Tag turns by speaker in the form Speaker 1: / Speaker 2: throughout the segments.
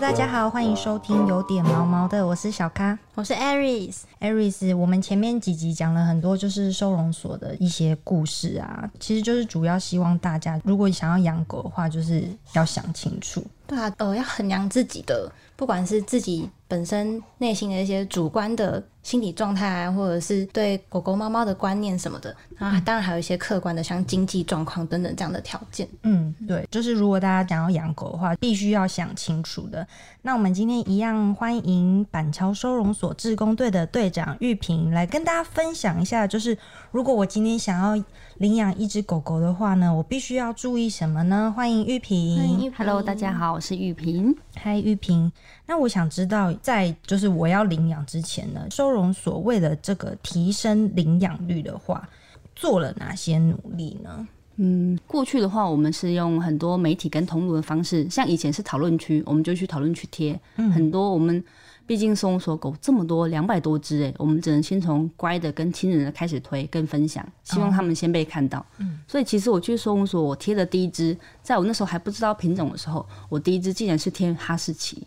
Speaker 1: 大家好，欢迎收听有点毛毛的，我是小咖
Speaker 2: 我是 Aries，
Speaker 1: Aris。我们前面几集讲了很多就是收容所的一些故事啊，其实就是主要希望大家如果想要养狗的话，就是要想清楚。
Speaker 2: 对啊，呃，要衡量自己的，不管是自己本身内心的一些主观的心理状态啊，或者是对狗狗、猫猫的观念什么的，然
Speaker 3: 嗯
Speaker 2: 后当然还有一些客观的，像经济状况等等这样的条件。
Speaker 1: 嗯，对，就是如果大家想要养狗的话，必须要想清楚的。那我们今天一样欢迎板桥收容所志工队的队长玉萍来跟大家分享一下，就是如果我今天想要领养一只狗狗的话呢，我必须要注意什么呢？欢迎玉萍，
Speaker 3: 嗯 Hello，大家好，我是玉萍。
Speaker 1: 嗨，玉萍。那我想知道，在就是我要领养之前呢，收容所为了这个提升领养率的话，做了哪些努力呢？
Speaker 3: 嗯，过去的话，我们是用很多媒体跟通路的方式，像以前是讨论区，我们就去讨论区贴、很多。我们毕竟收容所狗这么多，两百多只诶，我们只能先从乖的跟亲人的开始推跟分享，希望他们先被看到。所以其实我去收容所，我贴的第一只，在我那时候还不知道品种的时候，我第一只竟然是贴哈士奇，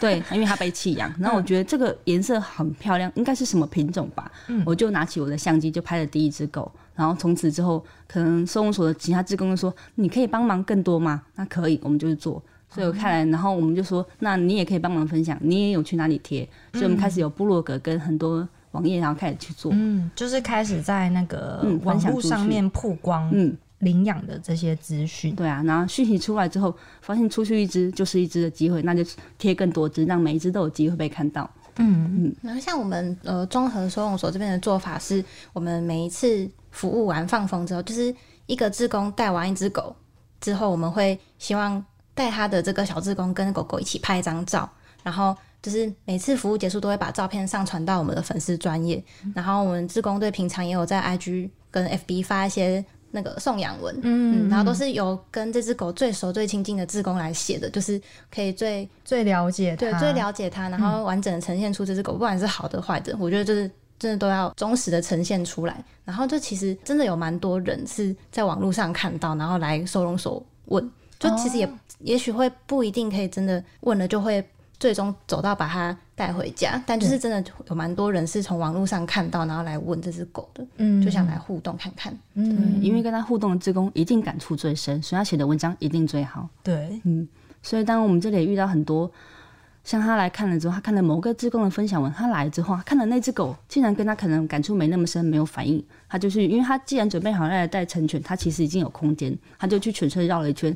Speaker 3: 对，因为它被弃养。然后我觉得这个颜色很漂亮，应该是什么品种吧？我就拿起我的相机就拍了第一只狗。然后从此之后，可能收容所的其他职工就说：“你可以帮忙更多吗？”那可以，我们就去做。所以我看来，然后我们就说：“那你也可以帮忙分享，你也有去哪里贴？”所以我们开始有部落格跟很多网页，然后开始去做。
Speaker 1: 嗯，就是开始在那个
Speaker 3: 嗯
Speaker 1: 网
Speaker 3: 分享
Speaker 1: 络
Speaker 3: 出去
Speaker 1: 上面曝光
Speaker 3: 嗯，
Speaker 1: 领养的这些资讯。
Speaker 3: 对啊，然后讯息出来之后，发现出去一只就是一只的机会，那就贴更多只，让每一只都有机会被看到。
Speaker 1: 嗯，
Speaker 2: 然后像我们呃综合收容所这边的做法是，我们每一次服务完放风之后，就是一个志工带完一只狗之后，我们会希望带他的这个小志工跟狗狗一起拍一张照，然后就是每次服务结束都会把照片上传到我们的粉丝专业，然后我们志工队平常也有在 IG 跟 FB 发一些那个送养文，嗯，然后都是由跟这只狗最熟最亲近的志工来写的，就是可以最
Speaker 1: 最了解
Speaker 2: 对，
Speaker 1: 它
Speaker 2: 最了解它，然后完整的呈现出这只狗，不管是好的坏的，我觉得就是真的都要忠实的呈现出来。然后就其实真的有蛮多人是在网络上看到，然后来收容所问，就其实也、也许会不一定可以真的问了就会。最终走到把它带回家，但就是真的有蛮多人是从网络上看到，然后来问这只狗的，
Speaker 1: 嗯
Speaker 2: 就想来互动看看。
Speaker 3: 对，因为跟他互动的职工一定感触最深，所以他写的文章一定最好。
Speaker 1: 对，
Speaker 3: 嗯所以当我们这里也遇到很多，像他来看了之后，他看了某个志工的分享文，他来之后他看了那只狗，竟然跟他可能感触没那么深，没有反应，他就是因为他既然准备好要来带成犬，他其实已经有空间，他就去犬舍绕了一圈，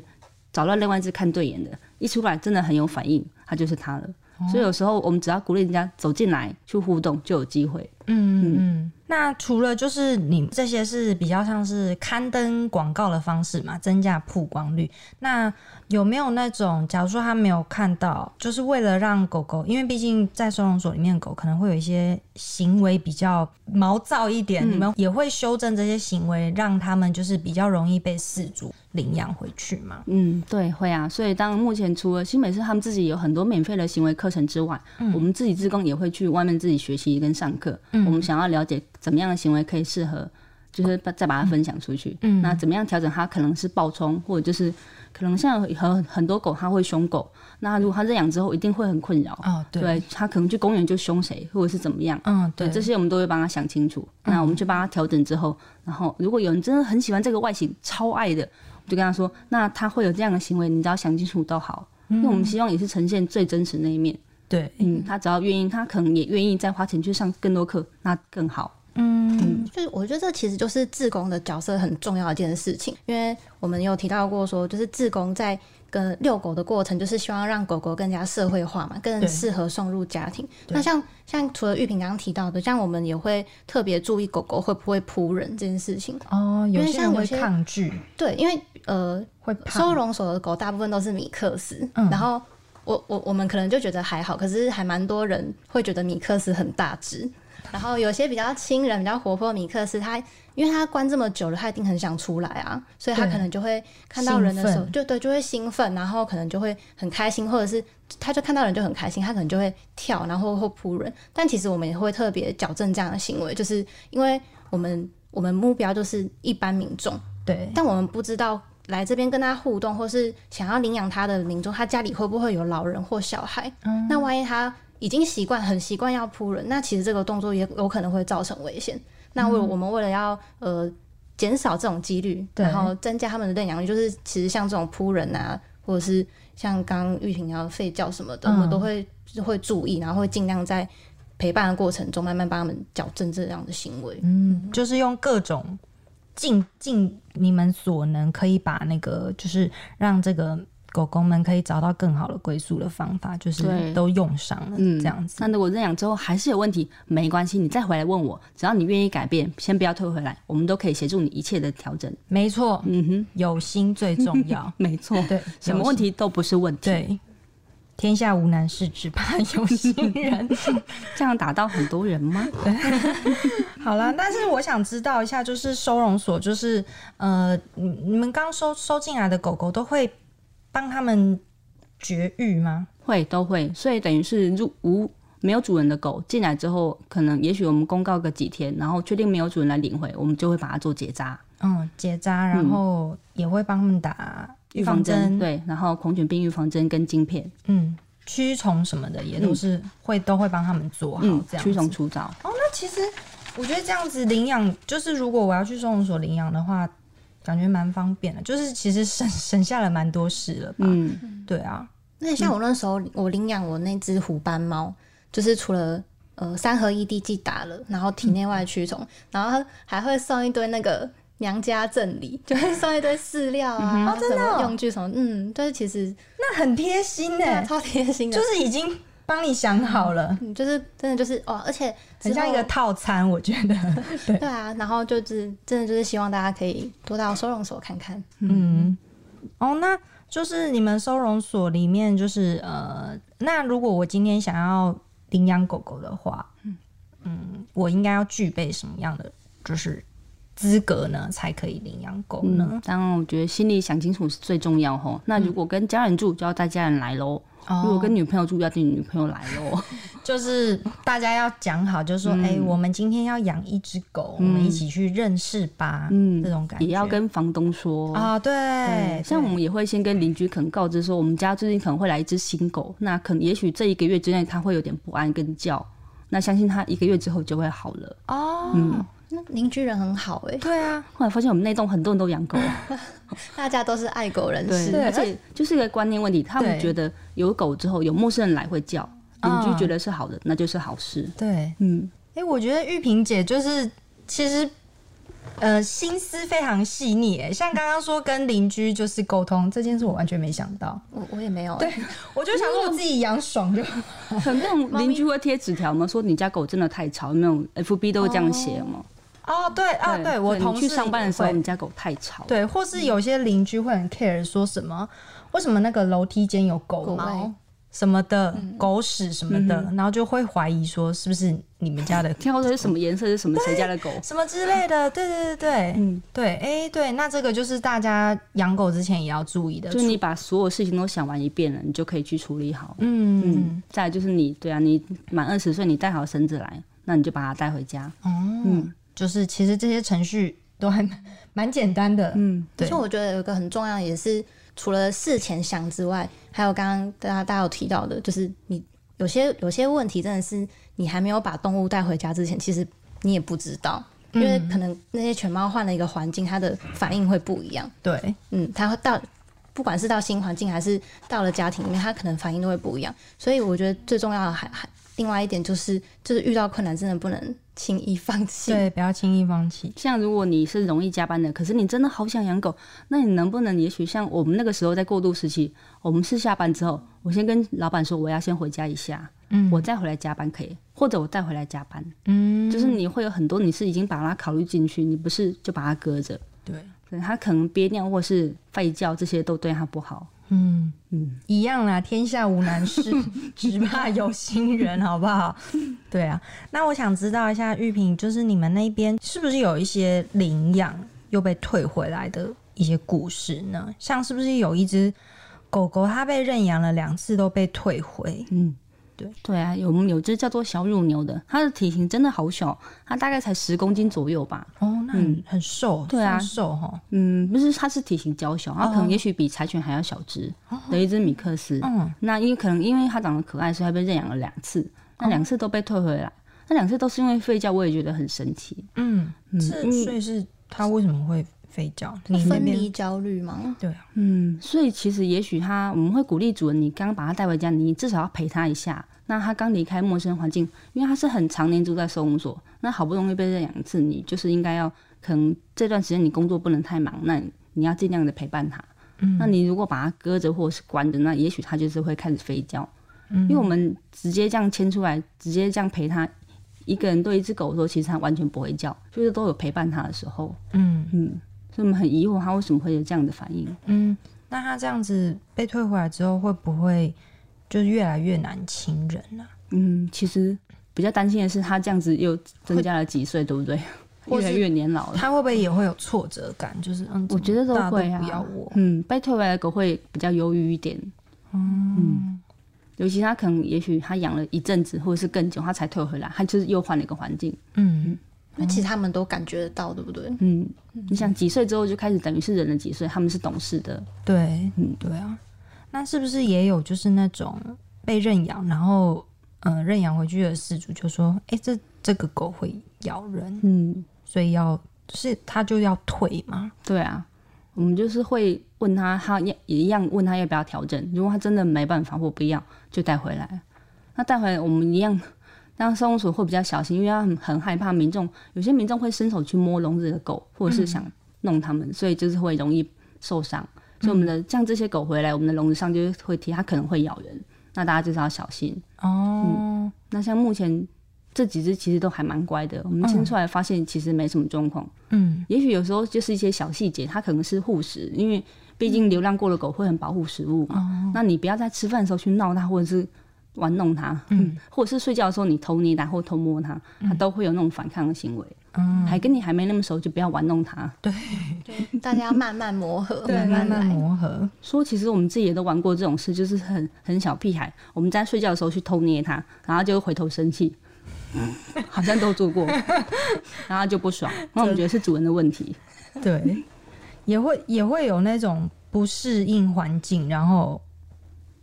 Speaker 3: 找到另外一只看对眼的，一出来真的很有反应，他就是他了。所以有时候我们只要鼓励人家走进来去互动，就有机会。
Speaker 1: 嗯嗯。那除了就是你这些是比较像是刊登广告的方式嘛，增加曝光率。那有没有那种，假如说他没有看到，就是为了让狗狗，因为毕竟在收容所里面的狗可能会有一些行为比较毛躁一点，你们也会修正这些行为，让他们就是比较容易被饲主领养回去嘛？
Speaker 3: 嗯，对，会啊。所以当然目前除了新美式他们自己有很多免费的行为课程之外，我们自己自工也会去外面自己学习跟上课。我们想要了解怎么样的行为可以适合，就是把再把它分享出去。嗯，那怎么样调整它可能是暴冲，或者就是可能像很很多狗它会凶狗，那如果它认养之后一定会很困扰。
Speaker 1: 哦，对，
Speaker 3: 对，它可能去公园就凶谁，或者是怎么样。
Speaker 1: 嗯，对，
Speaker 3: 对，这些我们都会帮他想清楚。那我们去帮他调整之后，然后如果有人真的很喜欢这个外形，超爱的，我就跟他说，那他会有这样的行为，你只要想清楚都好。因为我们希望也是呈现最真实那一面，
Speaker 1: 对，
Speaker 3: 嗯，他只要愿意，他可能也愿意再花钱去上更多课，那更好。
Speaker 1: 嗯
Speaker 2: 就是我觉得这其实就是志工的角色很重要的一件事情，因为我们有提到过说，就是志工在跟遛狗的过程，就是希望让狗狗更加社会化嘛，更
Speaker 1: 对
Speaker 2: 适合送入家庭。
Speaker 1: 对
Speaker 2: 那像像除了玉萍刚刚提到的，像我们也会特别注意狗狗会不会扑人这件事情。
Speaker 1: 哦，有
Speaker 2: 因为
Speaker 1: 些
Speaker 2: 像
Speaker 1: 人
Speaker 2: 有
Speaker 1: 会
Speaker 2: 些
Speaker 1: 抗拒，
Speaker 2: 对，因为呃，
Speaker 1: 会怕嗯
Speaker 2: 收容所的狗大部分都是米克斯，然后我我我们可能就觉得还好，可是还蛮多人会觉得米克斯很大只。然后有些比较亲人、比较活泼的米克斯，它因为它关这么久了，它一定很想出来啊，所以它
Speaker 1: 对
Speaker 2: 可能就会看到人的时
Speaker 1: 兴
Speaker 2: 候，
Speaker 1: 奋
Speaker 2: 就对，就会兴奋，然后可能就会很开心，或者是它就看到人就很开心，它可能就会跳，然后或扑人。但其实我们也会特别矫正这样的行为，就是因为我们我们目标就是一般民众，
Speaker 1: 对，
Speaker 2: 但我们不知道来这边跟他互动，或是想要领养他的民众，他家里会不会有老人或小孩？
Speaker 1: 嗯
Speaker 2: 那万一他已经习惯，很习惯要扑人，那其实这个动作也有可能会造成危险。那
Speaker 1: 嗯
Speaker 2: 为我们为了要呃减少这种几率，
Speaker 1: 对
Speaker 2: 然后增加他们的认养率，就是其实像这种扑人啊，或者是像刚刚玉婷要吠叫什么的，我
Speaker 1: 嗯
Speaker 2: 们都会就会注意，然后会尽量在陪伴的过程中慢慢帮他们矫正这样的行为。
Speaker 1: 嗯，就是用各种尽尽你们所能，可以把那个就是让这个狗狗们可以找到更好的归宿的方法，就是
Speaker 3: 对
Speaker 1: 都用上了，
Speaker 3: 嗯
Speaker 1: 这样子。
Speaker 3: 那如果认养之后还是有问题，没关系，你再回来问我，只要你愿意改变，先不要退回来，我们都可以协助你一切的调整。
Speaker 1: 没错，
Speaker 3: 嗯哼，。
Speaker 1: 有心最重要
Speaker 3: 没错，
Speaker 1: 对，
Speaker 3: 什么问
Speaker 1: 题？
Speaker 3: 题都不是问题。
Speaker 1: 哦对，天下无难事，只怕有心 人。
Speaker 3: 这样打到很多人吗？
Speaker 1: 好啦，但是我想知道一下，就是收容所，就是呃，你你们刚收收进来的狗狗都会帮他们绝育吗？
Speaker 3: 会都会，所以等于是入无没有主人的狗进来之后，可能也许我们公告个几天，然后确定没有主人来领回，我们就会把它做结扎、
Speaker 1: 嗯，结扎，然后也会帮他们打预防针，，
Speaker 3: 对，然后狂犬病预防针跟晶片，
Speaker 1: 嗯，驱虫什么的也都是会、都会帮他们做好
Speaker 3: 嗯，
Speaker 1: 这样
Speaker 3: 驱虫
Speaker 1: 子。
Speaker 3: 除蚤，
Speaker 1: 哦，那其实我觉得这样子领养，就是如果我要去收容所领养的话，感觉蛮方便的，就是其实省 省下了蛮多事了吧？
Speaker 3: 嗯，
Speaker 1: 对啊，
Speaker 2: 那像我那时候，我领养我那只虎斑猫，就是除了呃三合一滴剂打了，然后体
Speaker 1: 嗯
Speaker 2: 内外驱虫，然后它还会送一堆那个娘家 赠礼，就会送一堆饲料啊，
Speaker 1: 哦真
Speaker 2: 什
Speaker 1: 的哦
Speaker 2: 么用具什么，嗯，就是其实
Speaker 1: 那很贴心呢、
Speaker 2: 对啊超贴心的，
Speaker 1: 就
Speaker 2: 就是
Speaker 1: 是已经帮你想好了，
Speaker 2: 嗯，就是真的就是哦，而且
Speaker 1: 很像一
Speaker 2: 之
Speaker 1: 个
Speaker 2: 后
Speaker 1: 套餐，我觉得。
Speaker 2: 对啊，然后就是真的就是希望大家可以多到收容所看看，
Speaker 1: 嗯，哦，那就是你们收容所里面，就是呃，那如果我今天想要领养狗狗的话，嗯，我应该要具备什么样的就是资格呢，才可以领养狗呢
Speaker 3: 嗯？，当然我觉得心里想清楚是最重要吼。那如果跟家人住，就要带家人来喽；如果
Speaker 1: 哦，
Speaker 3: 跟女朋友住，要带女朋友来 喽。
Speaker 1: 就是大家要讲好，就是说，
Speaker 3: 嗯
Speaker 1: 哎、我们今天要养一只狗，我们一起去认识吧，
Speaker 3: 嗯
Speaker 1: 这种感觉
Speaker 3: 也要跟房东说
Speaker 1: 啊、对
Speaker 3: 对，，哎像我们也会先跟邻居可能告知说，我们家最近可能会来一只新狗，那可能也许这一个月之内它会有点不安跟叫，那相信它一个月之后就会好了。
Speaker 1: 哦，
Speaker 3: 嗯
Speaker 2: 那邻居人很好哎、
Speaker 1: 对啊，
Speaker 3: 后来发现我们那栋很多人都养狗，啊
Speaker 2: 大家都是爱狗人士，
Speaker 1: 对
Speaker 3: 而且就是一个观念问题，他们
Speaker 1: 对
Speaker 3: 觉得有狗之后有陌生人来会叫，邻居
Speaker 1: 嗯
Speaker 3: 觉得是好的，那就是好事。
Speaker 1: 对，
Speaker 3: 嗯，
Speaker 1: 哎、我觉得玉萍姐就是其实呃心思非常细腻，哎，像刚刚说跟邻居就是沟通这件事，我完全没想到。
Speaker 2: 我我也没有、欸，
Speaker 1: 我就想说我自己养爽就，
Speaker 3: 可能那 种邻居会贴纸条嘛，说你家狗真的太吵，有没有？FB 都会这样写嘛。
Speaker 1: 哦，对啊，对我
Speaker 3: 你
Speaker 1: 同事
Speaker 3: 去上班的时候，
Speaker 1: 也
Speaker 3: 你
Speaker 1: 会
Speaker 3: 家狗太吵。
Speaker 1: 对，或是有些邻居会很 care 说什么，为什么那个楼梯间有狗嗯
Speaker 2: 狗
Speaker 1: 毛
Speaker 2: 味
Speaker 1: 什么的、狗屎什么的，然后就会怀疑说是不是你们 家的
Speaker 3: 挑的是什么颜色？是什么谁家的狗？
Speaker 1: 什么之类的，对对对对，
Speaker 3: 嗯
Speaker 1: 对，哎、对，那这个就是大家养狗之前也要注意的，
Speaker 3: 就你把所有事情都想完一遍了，你就可以去处理好。
Speaker 1: 嗯，
Speaker 3: 嗯，再来就是你，对啊，你满二十岁，你带好绳子来，那你就把它带回家。
Speaker 1: 哦、
Speaker 3: 嗯
Speaker 1: 就是其实这些程序都还 蛮蛮简单的，
Speaker 3: 嗯，
Speaker 1: 对
Speaker 2: 所以我觉得有一个很重要，也是除了事前想之外，还有刚刚大家大家有提到的，就是你有些有些问题真的是你还没有把动物带回家之前，其实你也不知道，
Speaker 1: 嗯
Speaker 2: 因为可能那些犬猫换了一个环境，它的反应会不一样。
Speaker 1: 对，
Speaker 2: 嗯，它会到不管是到新环境还是到了家庭里面，它可能反应都会不一样。所以我觉得最重要的还还另外一点就是，就是遇到困难真的不能轻易放弃。
Speaker 1: 对，不要轻易放弃，
Speaker 3: 像如果你是容易加班的，可是你真的好想养狗，那你能不能也许像我们那个时候在过渡时期，我们是下班之后，我先跟老板说我要先回家一下，
Speaker 1: 嗯
Speaker 3: 我再回来加班可以，或者我带回来加班，
Speaker 1: 嗯，
Speaker 3: 就是你会有很多你是已经把它考虑进去，你不是就把它搁着，
Speaker 1: 对，
Speaker 3: 对它可能憋尿或是吠叫这些都对它不好。
Speaker 1: 嗯
Speaker 3: 嗯
Speaker 1: 一样啦，天下无难 事，只怕有心人，好不好？对啊，那我想知道一下玉萍，就是你们那边是不是有一些领养又被退回来的一些故事呢？像是不是有一只狗狗它被认养了两次都被退回？
Speaker 3: 嗯，
Speaker 1: 对，
Speaker 3: 对啊，有有只叫做小乳牛的，它的体型真的好小，它大概才十公斤左右吧。
Speaker 1: 哦，那很、很瘦，
Speaker 3: 嗯对啊
Speaker 1: 算瘦哈，
Speaker 3: 嗯，不是，它是体型娇小，它可能也许比柴犬还要小只的一只米克斯。
Speaker 1: 嗯，
Speaker 3: 那因为可能因为它长得可爱，所以它被认养了两次，那两次都被退回来。那两次都是因为吠叫，我也觉得很神奇。
Speaker 1: 嗯，是，所以是它为什么会吠叫？你那
Speaker 2: 分
Speaker 1: 边
Speaker 2: 离焦虑吗？
Speaker 1: 对啊，
Speaker 3: 嗯，所以其实也许它，我们会鼓励主人，你刚把它带回家，你至少要陪它一下。那它刚离开陌生环境，因为它是很常年住在收容所，那好不容易被认养一次，你就是应该要，可能这段时间你工作不能太忙，那你要尽量的陪伴它。
Speaker 1: 嗯
Speaker 3: 那你如果把它搁着或者是关着，那也许它就是会开始吠叫。
Speaker 1: 嗯
Speaker 3: 因为我们直接这样牵出来，直接这样陪它，一个人对一只狗的时候，其实它完全不会叫，就是都有陪伴它的时候，
Speaker 1: 嗯
Speaker 3: 嗯，所以我们很疑惑它为什么会有这样的反应。
Speaker 1: 嗯，那它这样子被退回来之后，会不会就越来越难亲人啊呢、
Speaker 3: 嗯，其实比较担心的是，他这样子又增加了几岁，对不对？
Speaker 1: 或
Speaker 3: 越
Speaker 1: 是
Speaker 3: 来越年老
Speaker 1: 啊？
Speaker 3: 了。
Speaker 1: 它会不会也会有挫折感？就是嗯，
Speaker 3: 我觉得
Speaker 1: 怎么大家
Speaker 3: 会啊，
Speaker 1: 不要我，
Speaker 3: 嗯，被退回来的狗会比较忧郁一点。嗯，尤其它可能，也许它养了一阵子，或者是更久，它才退回来，它就是又换了一个环境。
Speaker 1: 嗯
Speaker 2: 因为其实他们都感觉得到，对不对？
Speaker 3: 嗯，你想几岁之后就开始等于是人的几岁，他们是懂事的。
Speaker 1: 对，
Speaker 3: 嗯
Speaker 1: 对啊。那是不是也有就是那种被认养，然后呃认养回去的事主就说：“哎、这这个狗会咬人，
Speaker 3: 嗯，
Speaker 1: 所以要是它就要退嘛。
Speaker 3: 对啊，我们就是会问他，他也也一样问他要不要调整。如果他真的没办法或不要，就带回来。那带回来我们一样， 那收容所会比较小心，因为他很很害怕民众，有些民众会伸手去摸笼子的狗，或者是想弄它们，所以就是会容易受伤。所以我们的像这些狗回来，我们的笼子上就会贴，它可能会咬人，那大家就是要小心。”
Speaker 1: 哦，
Speaker 3: 那像目前这几只其实都还蛮乖的，我们牵出来发现其实没什么状况。
Speaker 1: 嗯
Speaker 3: 也许有时候就是一些小细节，它可能是护食，因为毕竟流浪过的狗会很保护食物嘛。那你不要在吃饭的时候去闹它，或者是玩弄它，嗯， 或者是睡觉的时候你偷捏它或偷摸它，它都会有那种反抗的行为。
Speaker 1: 嗯，
Speaker 3: 还跟你还没那么熟，就不要玩弄它。
Speaker 2: 大家要慢慢磨合，慢
Speaker 1: 慢慢
Speaker 2: 来。
Speaker 1: 磨合，
Speaker 3: 说其实我们自己也都玩过这种事，就是很很小屁孩，我们在睡觉的时候去偷捏它，然后就回头生气。好像都做过，然后就不爽，那我们觉得是主人的问题。
Speaker 1: 对，也会也会有那种不适应环境，然后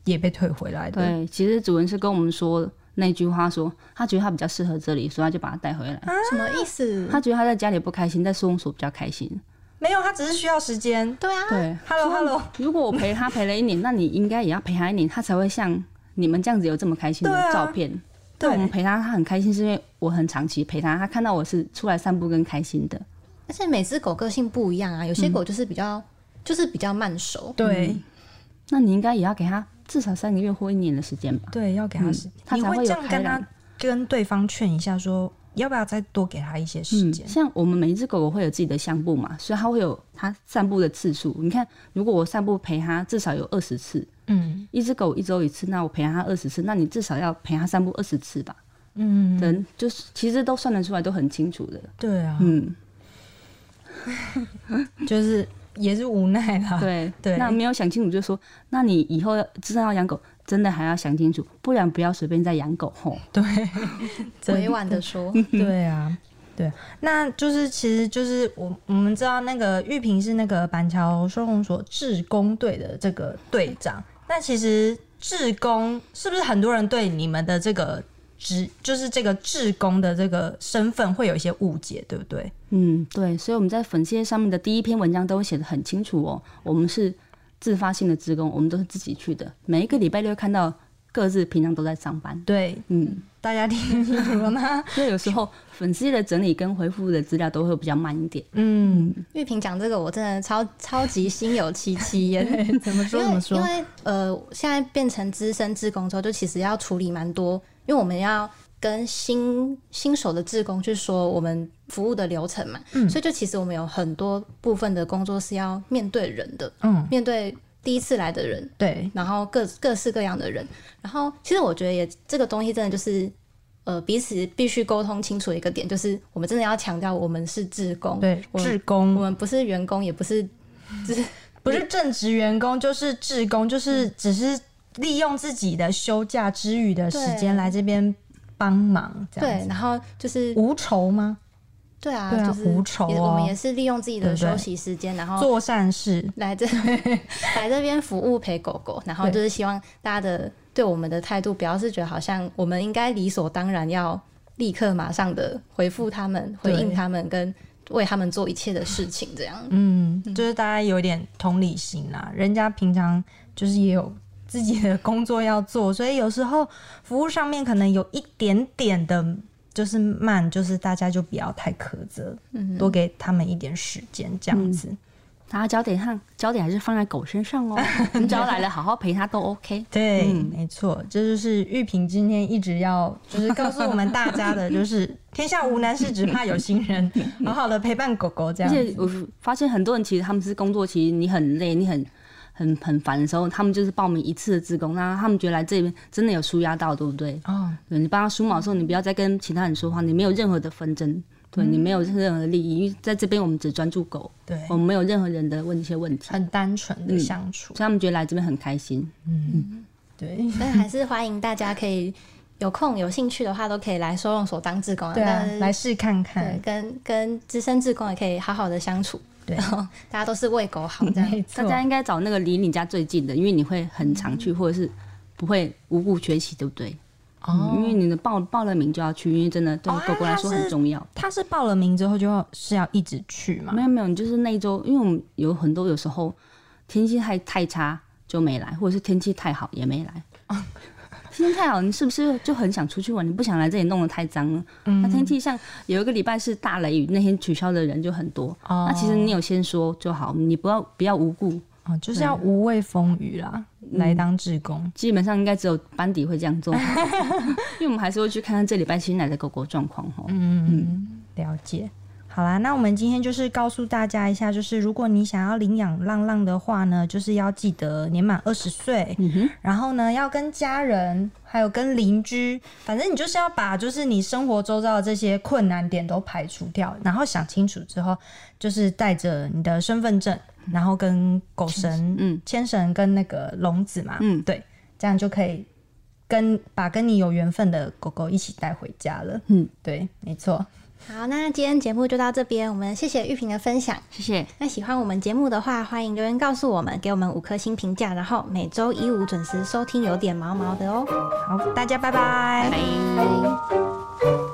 Speaker 1: 也被退回来的。
Speaker 3: 对，其实主人是跟我们说那句话说，他觉得他比较适合这里，所以他就把他带回来。
Speaker 1: 嗯
Speaker 2: 什么意思？
Speaker 1: 啊
Speaker 3: 他觉得他在家里不开心，在收容所比较开心。
Speaker 1: 没有，它只是需要时间。
Speaker 2: 对啊，
Speaker 3: 对，
Speaker 1: Hello Hello，
Speaker 3: 如果我陪他陪了一年，那你应该也要陪他一年，他才会像你们这样子有这么开心
Speaker 1: 对啊
Speaker 3: 的照片。
Speaker 1: 对
Speaker 3: 我们陪他，他很开心，是因为我很长期陪他，他看到我是出来散步跟开心的。
Speaker 2: 而且每只狗个性不一样啊，有些
Speaker 1: 嗯
Speaker 2: 狗就是比较、就是比较慢熟，
Speaker 1: 对
Speaker 3: 嗯那你应该也要给他至少三个月或一年的时间吧。
Speaker 1: 对，要给它时间。
Speaker 3: 它
Speaker 1: 你
Speaker 3: 嗯才
Speaker 1: 会
Speaker 3: 会
Speaker 1: 这
Speaker 3: 有
Speaker 1: 样
Speaker 3: 开
Speaker 1: 跟它
Speaker 3: 朗
Speaker 1: 跟对方劝一下说，要不要再多给它一些时间？
Speaker 3: 嗯像我们每一只狗狗会有自己的散步嘛，所以它会有它散步的次数。你看，如果我散步陪它至少有二十次，
Speaker 1: 嗯
Speaker 3: 一只狗一周一次，那我陪它二十次，那你至少要陪它散步二十次吧？
Speaker 1: 嗯，
Speaker 3: 人就是其实都算得出来，都很清楚的。
Speaker 1: 对啊，
Speaker 3: 嗯，
Speaker 1: 就是也是无奈啦。
Speaker 3: 对
Speaker 1: 啊对
Speaker 3: 那没有想清楚就说，那你以后要知道要养狗，真的还要想清楚，不然不要随便再养狗吼。
Speaker 1: 对真
Speaker 2: 委婉的说，
Speaker 1: 对啊。对啊，那就是其实就是我我们知道那个玉萍是那个板桥收容所志工队的这个队长，那其实志工是不是很多人对你们的这个职就是这个志工的这个身份会有一些误解，对不对？
Speaker 3: 嗯，对，所以我们在粉丝页上面的第一篇文章都会写的很清楚哦，我们是自发性的职工，我们都是自己去的，每一个礼拜六看到各自平常都在上班。
Speaker 1: 对，
Speaker 3: 嗯，
Speaker 1: 大家听清楚了吗？
Speaker 3: 所以有时候粉丝页的整理跟回复的资料都会比较慢一点。
Speaker 1: 嗯，
Speaker 2: 玉萍讲这个，我真的超超级心有戚 戚焉。
Speaker 1: 怎么说
Speaker 2: 因
Speaker 1: 怎
Speaker 2: 为
Speaker 1: 么说
Speaker 2: 因？为呃，现在变成资深志工之后，就其实要处理蛮多，因为我们要跟新新手的志工去说我们服务的流程嘛，
Speaker 1: 嗯
Speaker 2: 所以就其实我们有很多部分的工作是要面对人的，
Speaker 1: 嗯，
Speaker 2: 面对第一次来的人，
Speaker 1: 对，
Speaker 2: 然后各各式各样的人，然后其实我觉得也这个东西真的就是。呃，彼此必须沟通清楚的一个点，就是我们真的要强调，我们是志工，
Speaker 1: 对，
Speaker 2: 我
Speaker 1: 志
Speaker 2: 我
Speaker 1: 工
Speaker 2: 们不是员工，也不是
Speaker 1: 嗯不是正职员工，就是志工，就是只是利用自己的休假之余的时
Speaker 2: 对
Speaker 1: 间来这边帮忙，这样
Speaker 2: 对，
Speaker 1: 子
Speaker 2: 然后就是
Speaker 1: 无酬吗？
Speaker 2: 对啊，
Speaker 1: 对啊
Speaker 2: 就是
Speaker 1: 无酬
Speaker 2: 也我们
Speaker 1: 哦
Speaker 2: 也是利用自己的
Speaker 1: 对不对
Speaker 2: 休息时间，
Speaker 3: 哦
Speaker 2: 然后
Speaker 1: 做善事，
Speaker 2: 来这 来这边服务陪狗狗，然后
Speaker 1: 对
Speaker 2: 就是希望大家的对我们的态度不要是觉得好像我们应该理所当然要立刻马上的回复他们、回
Speaker 1: 对
Speaker 2: 应他们，跟为他们做一切的事情这样。
Speaker 1: 嗯，就是大家有点同理心啦。人家平常就是也有自己的工作要做，所以有时候服务上面可能有一点点的，就是慢，就是大家就不要太苛责，
Speaker 2: 嗯
Speaker 1: 多给他们一点时间这样
Speaker 3: 嗯
Speaker 1: 子。
Speaker 3: 大家焦点上焦点还是放在狗 身上哦，你只要来了好好陪它都 OK。
Speaker 1: 对，
Speaker 3: 嗯
Speaker 1: 没错，这就是玉萍今天一直要就是告诉我们大家的，就是天下无难事，只怕有心人。好好的陪伴狗狗这
Speaker 3: 嗯而
Speaker 1: 样
Speaker 3: 且
Speaker 1: 子，
Speaker 3: 我发现很多人其实他们是工作，其实你很累，你很很很烦的时候，他们就是报名一次的志工，那他们觉得来这边真的有舒压到，对不对？
Speaker 1: 哦，
Speaker 3: 对你帮他梳毛的时候，你不要再跟其他人说话，你没有任何的纷争，对你没有
Speaker 1: 嗯
Speaker 3: 任何的利益，因为在这边我们只专注狗，
Speaker 1: 对，
Speaker 3: 我们没有任何人的问一些问题，所
Speaker 1: 很单纯的
Speaker 3: 嗯
Speaker 1: 相处
Speaker 3: 以，他们觉得来这边很开心。
Speaker 1: 对。
Speaker 2: 但还是欢迎大家可以有空有兴趣的话，都可以来收容所当志工啊。
Speaker 1: 对啊
Speaker 2: 但，是
Speaker 1: 来试看
Speaker 2: 对
Speaker 1: 看。
Speaker 2: 跟跟资深志工也可以好好的相处，
Speaker 1: 对
Speaker 2: 然后大家都是为狗好这样。
Speaker 1: 没
Speaker 3: 大
Speaker 1: 错，
Speaker 3: 家应该找那个离你家最近的，因为你会很常
Speaker 1: 嗯
Speaker 3: 去，或者是不会无故缺席，对不对？
Speaker 1: 哦
Speaker 3: 嗯因为你的报报了名就要去，因为真的对
Speaker 1: 哦
Speaker 3: 狗狗来说
Speaker 1: 它是
Speaker 3: 很重要。
Speaker 1: 他是报了名之后就要是要一直去嘛
Speaker 3: 没？有没有，你就是那一周，因为我们有很多有时候天气太太差就没来，或者是天气太好也没来。
Speaker 1: 哦
Speaker 3: 天气太好，你是不是就很想出去玩？你不想来这里弄得太脏了？
Speaker 1: 嗯
Speaker 3: 那天气像有一个礼拜是大雷雨，那天取消的人就很多。
Speaker 1: 哦
Speaker 3: 那其实你有先说就好，你不要不要无故。
Speaker 1: 哦，就是要无畏风雨啦，来当志工。
Speaker 3: 基本上应该只有班底会这样 做，因为我们还是会去看看这礼拜新来的狗狗状况哦。
Speaker 1: 嗯，了解。好啦，那我们今天就是告诉大家一下，就是如果你想要领养浪浪的话呢，就是要记得年满二十岁，
Speaker 3: 嗯哼，
Speaker 1: 然后呢要跟家人还有跟邻居，反正你就是要把就是你生活周遭的这些困难点都排除掉，然后想清楚之后，就是带着你的身份证，然后跟狗绳、
Speaker 3: 嗯
Speaker 1: 牵绳跟那个笼子嘛，
Speaker 3: 嗯
Speaker 1: 对，这样就可以跟把跟你有缘分的狗狗一起带回家了。
Speaker 3: 嗯，
Speaker 1: 对，没错。
Speaker 2: 好，那今天节目就到这边，我们谢谢玉萍的分享。
Speaker 3: 谢谢，
Speaker 2: 那喜欢我们节目的话，欢迎留言告诉我们，给我们五颗星评价，然后每周一五准时收听，有点毛毛的哦。
Speaker 1: 好，大家拜
Speaker 2: 拜
Speaker 1: 拜
Speaker 2: 拜。